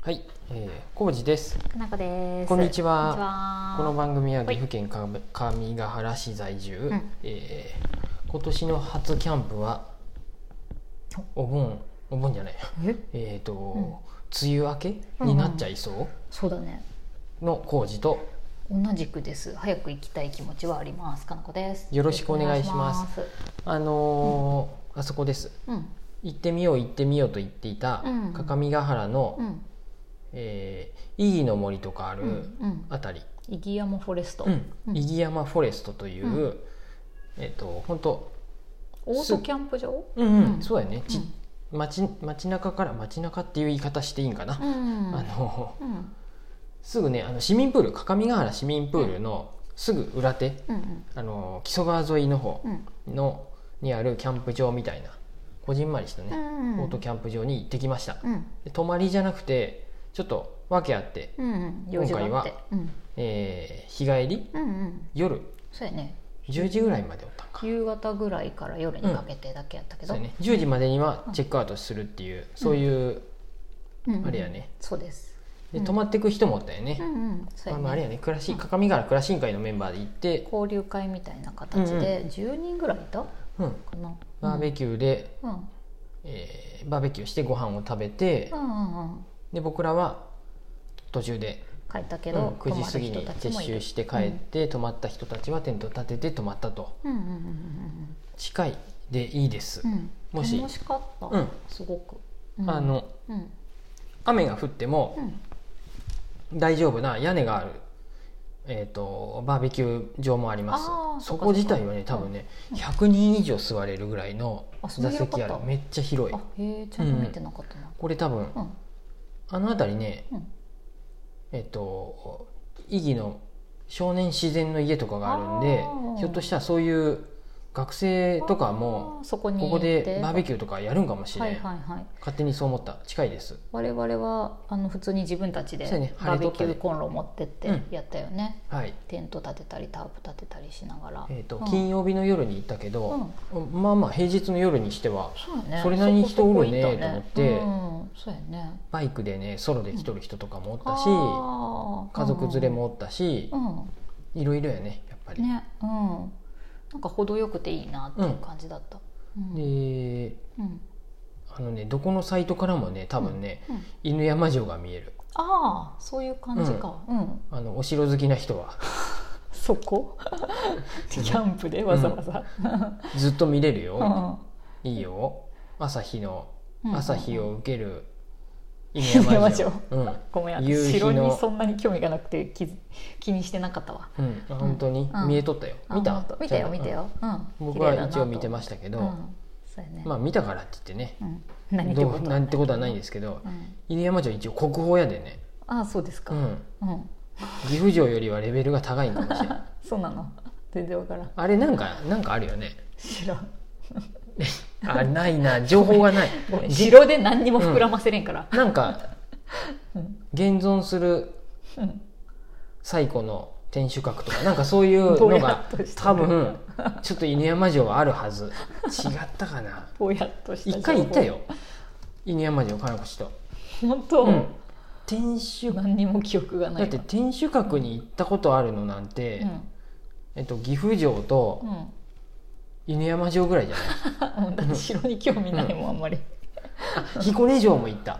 はい、えー、康二です。かなこです。こんにちはこの番組は岐阜はい県か上ヶ原市在住、んえー今年の初キャンプはお盆お盆じゃないえ、えっ、と、ん梅雨明けうんになっちゃいそそうだね。うの康二と同じくです。早く行きたい気持ちはあります。かなこです。よろしくお願いしまよろしくお願いしあのーあそこですます。行ってみよう行ってみようと言っていたうん各務原の、うん、うん、えー、イギの森とかあるうん、うん。あたり、イギアモフォレスト。うん、イギ山フォレストという、うんえっ、と本当オートキャンプ場？うん、う、うんんそうやね、ちうん街街中から街中っていう言い方していいんかな、うん、あのうん、すぐねあの市民プール各務原市民プールのすぐ裏手うん、あの木曽川沿いの方うん、のにあるキャンプ場みたいなこじんまりしたうね、ん、オートキャンプ場に行ってきました、うん、で泊まりじゃなくてちょっと訳あって、うん、うん、用事があって今、うん、えー日帰りうん、うん。夜そうやね。 10時ぐらいまでおったんか、夕方ぐらいから夜にかけてだけやったけそど、うやね、10時までにはチェックアウトするっていう、そういううんうんあれやね。そうです。でうん泊まってく人もおったよね、うん、うん、そうまあやまあ、あれね。やねクラシ各務原クラシン会のメンバーで行って、交流会みたいな形で10人ぐらいいたかうん、な。バーベキューで、うんうんえーバーベキューしてご飯を食べて、うんうんうんで僕らは途中で、書いたうけん、ど、泊9時まる過ぎ人にたち撤もいる収して帰って、泊まった人たちはテント立てて泊まったとうんうんうん近いでいいですうんう、んもし楽しかった、うんすごく、うんあのうん雨が降ってもうん大丈夫な屋根がある、えー、とバーベキュー場もありまあーすそそっかこ自体はね多分ね、100人以上座れるぐらいのあそん座な広席かあっるためっちゃ広いあへえちゃんと見てなかったなこれ多分うんあの辺りねうんえっと意義の少年自然の家とかがあるんであーひょっとしたらそういう学生とかもあーそこにここでバーベキキューとかやるんかもしれん、はいはいはい勝手にそう思った近いです我々はあの普通に自分たちでそうやねバ晴ーベキれとったュりーコンロ持ってってうんやったよね、はいテント立てたりタープ立てたりしながらえっとうん金曜日の夜に行ったけど、まあまあ平日の夜にしてはそうやねそれなりに人おるねそこそこいたとうん、そうやねバイクでねソロで来とる人とかもおったし、あー家族連れもおったしう、んいろいろやねやっぱり。ねうんなんか程よくていいなっていう感じだった、うんでうんあのねどこのサイトからもね多分ね、うん犬山城が見えるああそういう感じか、うんあのお城好きな人はそ こキャンプでわざわざ、ずっと見れるうよ、んいいよ朝日のうん朝日を受ける犬犬山山城城、うんごめん夕日の私城にそんなに興味がなくて気づ気にしてなかったわうん、あ本当に、うん見えとったよあ見た本当見たよ見た、よ、ううんん、僕は一応見てまましたけど、うん、そうやね、まあ見たからって言ってねうん、何ってどこうとはなんてことはないんですけど、うん、犬山城一応国宝やでね、ああそうですうか、ん、うん、岐阜城よりはレベルが高いんかもしれないそうなの全然わからんあれなんかなんかあるよね知らんあないな情報 がないごめんじ城で何にも膨らませれんから、なんか現存するうん最古の天守閣とかなんかそういうぼのやがっとしてる多分ちょっと犬山城はあるはず違ったかなぼやっとした情報一回行ったよ犬山城金子と、本当、うん天守閣何にも記憶がないだっわて天守閣に行ったことあるのなんて、うんえっと、岐阜城とうん 犬山城ぐらいじゃないうん、だって城に興味ないもんあんまり、あ彦根城も行った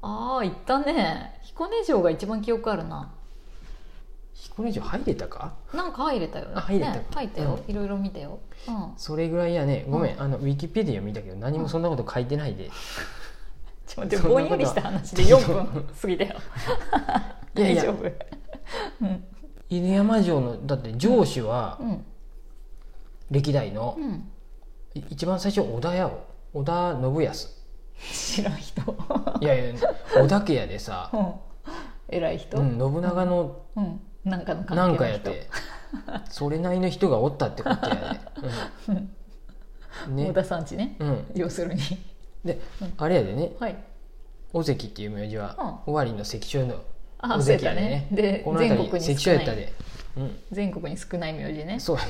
ああ行ったね彦根城が一番記憶あるな彦根城入れたかなんか入れたよねあ入れたね入ったよ、いろいろ見たよ、うん、それぐらいやねごめん、うあのウィキペディア見たけど何もそんなこと書いてないで、ちょっと待ってそんなことぼはんやりした話で4分過ぎ たよいやい大や丈夫うん犬山城のだって城主はうん歴代の、うんい一番最初織田屋を織田信康知らん人いやいや織田家やでさ、 うん偉い人うん、信長のうん、なんかの関係の人なんかやってそれなりの人がおったってことやで、うん、小ね、田さんちねうん、要するにでうんあれやでねはい尾関っていう名字は終わりの関所のあ尾そうや関やったでねねでこの全辺り国に関少所なやったいで、うん、全国に少ない名字ねそうや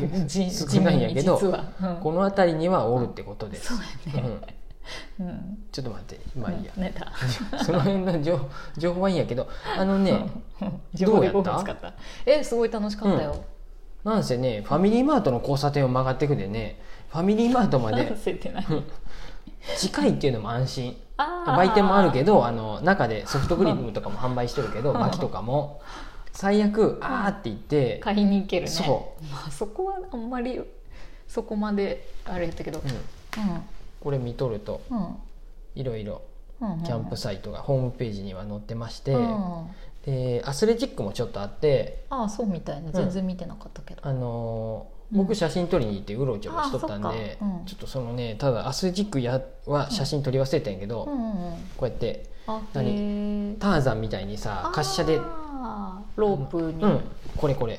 人少ないんやけ人民にど実は、うんこの辺りにはおるってことですそうやねうんうんちょっと待ってまあいいや、ネ タその辺の情情報はいいんやけどあのね自ど分でうや5った分使ったえすごい楽しかったよ、なんせねファミリーマートの交差点を曲がってくでねファミリーマートまで話せてない近いっていうのも安心あー売店もあるけどあの中でソフトクリームとかも販売してるけど薪とかも最悪あーって言って、買いに行けるねそまあ、そこはあんまりそこまであれやったけどう、うん、これ見とるとうんうんいろいろうんうんキャンプサイトがホームページには載ってまして、うんでアスレチックもちょっとあって、ああそうみたいね全然見てなかったけど、あのーう僕ん写真撮りに行ってうろちょろしとったんあでー、そっかうんちょっとそのねただアスレチックやは写真撮り忘れたんやけど、うんうんうんこうやってあ何へえターザンみたいにさ滑車で、あーロープうんに、これこれ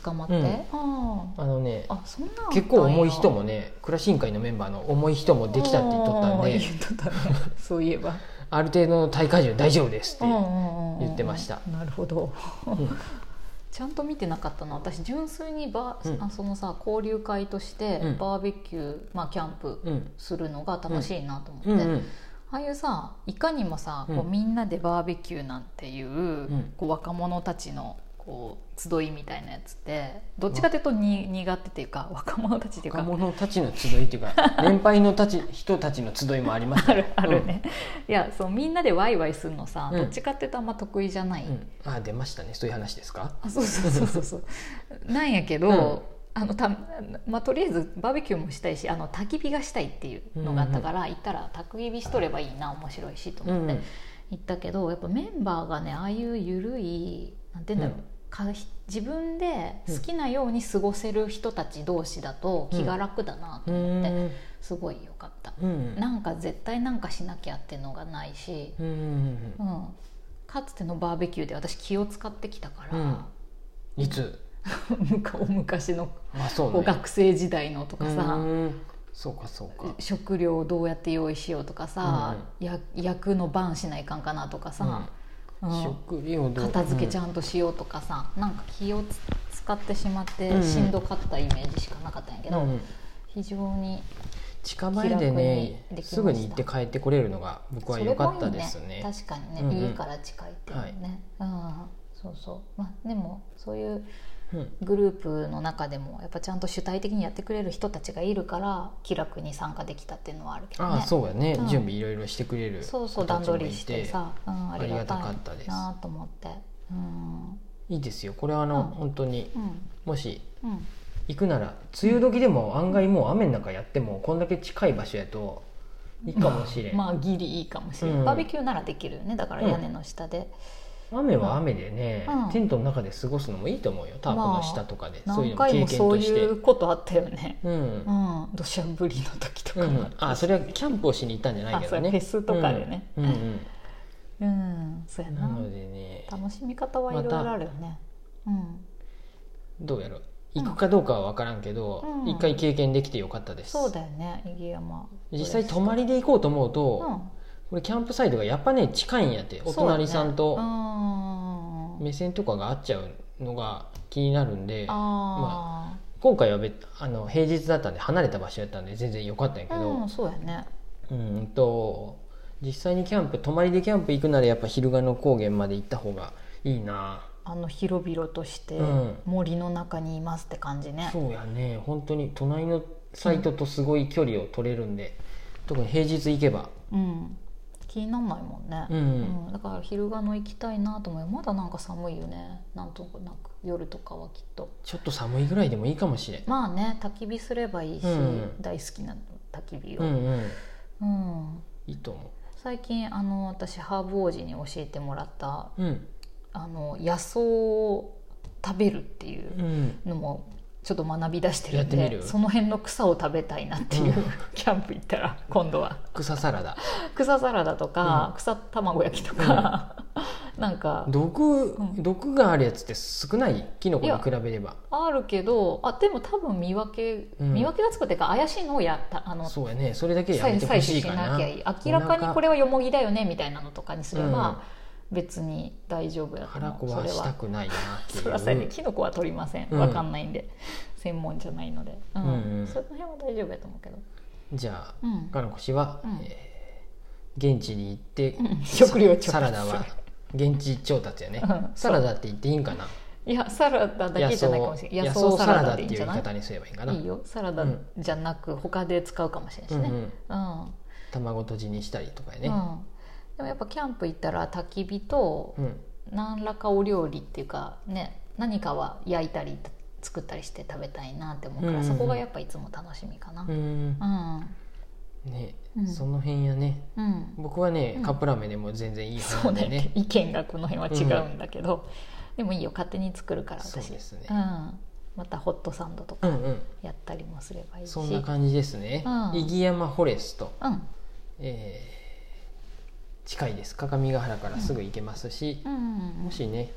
捕まって、うんああのねああそんなんあったんや結構重い人もね倉新会のメンバーの重い人もできたって言っとったんあーで言っとったねそういえばある程度の耐荷重大丈夫ですってうんういんうんうん言ってましたなるほど、んちゃんと見てなかったな私純粋にバー、うんあそのさ交流会としてうんバーベキュー、まあ、キャンプう、うんするのが楽しいなと思って、うんうんああいうさいかにもさ、うこうんみんなでバーベキューなんていう,、んこう若者たちのこう集いみたいなやつってどっちかというとに、苦手っていうか若者たちっていう若か者たちの集いっていう か年配のたち人たちの集いもありましたあるある、ね、いやそうみんなでワイワイするのさ、うんどっちかっていうとあんま得意じゃない、うんうんあ出ましたねそういう話ですかあそうそうそうそうそうなんやけど、うんあのたまあ、とりあえずバーベキューもしたいしあの焚き火がしたいっていうのがあったから、行ったら焚き火しとればいいな面白いしとう思って、ん行ったけどやっぱメンバーがねああいうゆるいなんて言うんだろう、うんか自分で好きなように過ごせる人たち同士だと気が楽だなうと思って、んすごい良かった、うんなんか絶対なんかしなきゃっていうのがないし、うんうんうん、かつてのバーベキューで私気を使ってきたから、いつ むかお昔のまあそうこうね学生時代のとかさ、うんそうかそうか食料をどうやって用意しようとかさ、や焼くの晩しないかんかなとかさ、うんうん食料どう片付けちうゃんとしようとかさ、なんか気をつ使ってしまっうんうてんしんどかったイメージしかなかったんやけど、うんうん非常に近場でね気楽にできましたすぐに行って帰ってこれるのが僕は良かったですそれもいいねね確かにね、うんうん家から近いっていうのね、うんそうそうまあでもそういううんグループの中でもやっぱちゃんと主体的にやってくれる人たちがいるから気楽に参加できたっていうのはあるけどねああそうやね、うん準備いろいろしてくれるそうそう段取りして人たちもいさ、うん、ありがたありがたいかったですなと思ってうんていいですよこれはあの、うん本当にうんもしうん行くなら梅雨時でも案外もう雨の中やってもこんだけ近い場所やといいかもしれん、まあギリいいかもしれない、うんバーベキューならできるよねだから屋根の下で、雨は雨でね、うんテントの中で過ごすのもいいと思うよタープの下とかで、そういうのも経何回験もそうとしていうことあったよねうん、ううんん土砂降りの時とかもあるあそれはキャンプをしに行ったんじゃないけどねあそうフェスとかでねうんうんうん、そうやうんななのでね楽しみ方はいろいろあるよね、うんどうやろう行くかどうかは分からんけどうん一、回経験できてよかったですそうだよね入山実際泊まりで行こうと思ううと、んこれキャンプサイトがやっぱね近いんやっておそうだ隣ねさんうとん目線とかが合っちゃうのが気になるんで、あ今回は別あの平日だったんで離れた場所やったんで全然良かったんやけあ、どうんそうやねうんと実際にキャンプ泊まりでキャンプ行くならやっぱ昼賀の高原まで行った方がいいな、あの広々としてうん森の中にいますって感じね、そうやね本当に隣のサイトとすごい距離を取れるんで、特に平日行けばうん、気になんないもんね、うんうんだから昼間の行きたいなと思うまだなんか寒いよねなんとなく夜とかはきっとちょっと寒いぐらいでもいいかもしれん、まあね焚き火すればいいし、うん大好きな焚き火を、うんうんうんいいと思最近あの私ハーブ王子に教えてもらったううんあの野草を食べるっていううんのもちょっと学び出してるんやっでてみるその辺の草を食べたいなっていう、うんキャンプ行ったら今度は草サラダ草サラダとか、うん草卵焼きとか、なんか毒うん毒があるやつって少ないキノコに比べればあるけどあでも多分見分け、うん見分けがつくっていうか怪しいのをやったあのそうやねそれだけやめ採て採ほ取しいしかななきゃいい明らかにこれはよもぎだよねみたいなのとかにすれうんば別に大丈夫だと腹思う、壊それしたはくないなっていうそれはそうやねキノコは取りませんうんわかんないんで、専門じゃないので、うんうんうんその辺は大丈夫やと思うけどじゃあ、うんかのこ氏は、うんえー現地に行って、うん食料調達サラダは現地調達やね、うんサラダって言っていいんかないやサラダだけじゃないかもしれない野草サラダっていうでいいんじ言ゃいない方にすればいいんかないいよサラダうんじゃなく他で使うかもしれないしうんうね、ん、うん卵とじにしたりとかやね、うん、でもやっぱキャンプ行ったら焚き火とうん何らかお料理っていうかね何かは焼いたり作ったりして食べたいなって思うかうんら、うんうんそこがやっぱいつも楽しみかなう。んうね、うんその辺やねん、うん僕はね、うんカップラーメンでも全然いいそ派うなんでねね意見がこの辺は違うんだけど、でもいいよ勝手に作るからそう私ですねうん、またホットサンドとうかんうんやったりもすればいいしそんな感じですね、うんイギヤマフォレスト、うんえー近いです各務原からすぐ行けますし、うんうんうんもしね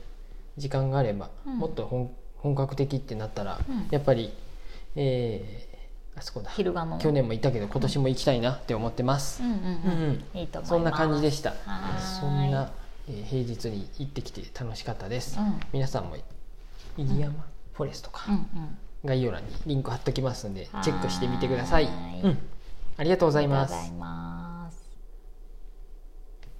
時間があれば、うんもっと本本格的ってなったら、うんやっぱり、えーあそこだ昼間の去年も行ったけど今年も行きたいなって思ってますう、んうんうん、うんいいと思いますそんな感じでしたはーいそんな、えー平日に行ってきて楽しかったです、うん皆さんも入山フォレストうか、んうん概要欄にリンク貼っときますんでチェックしてみてください、はーいうん、ありがとうごございますざいます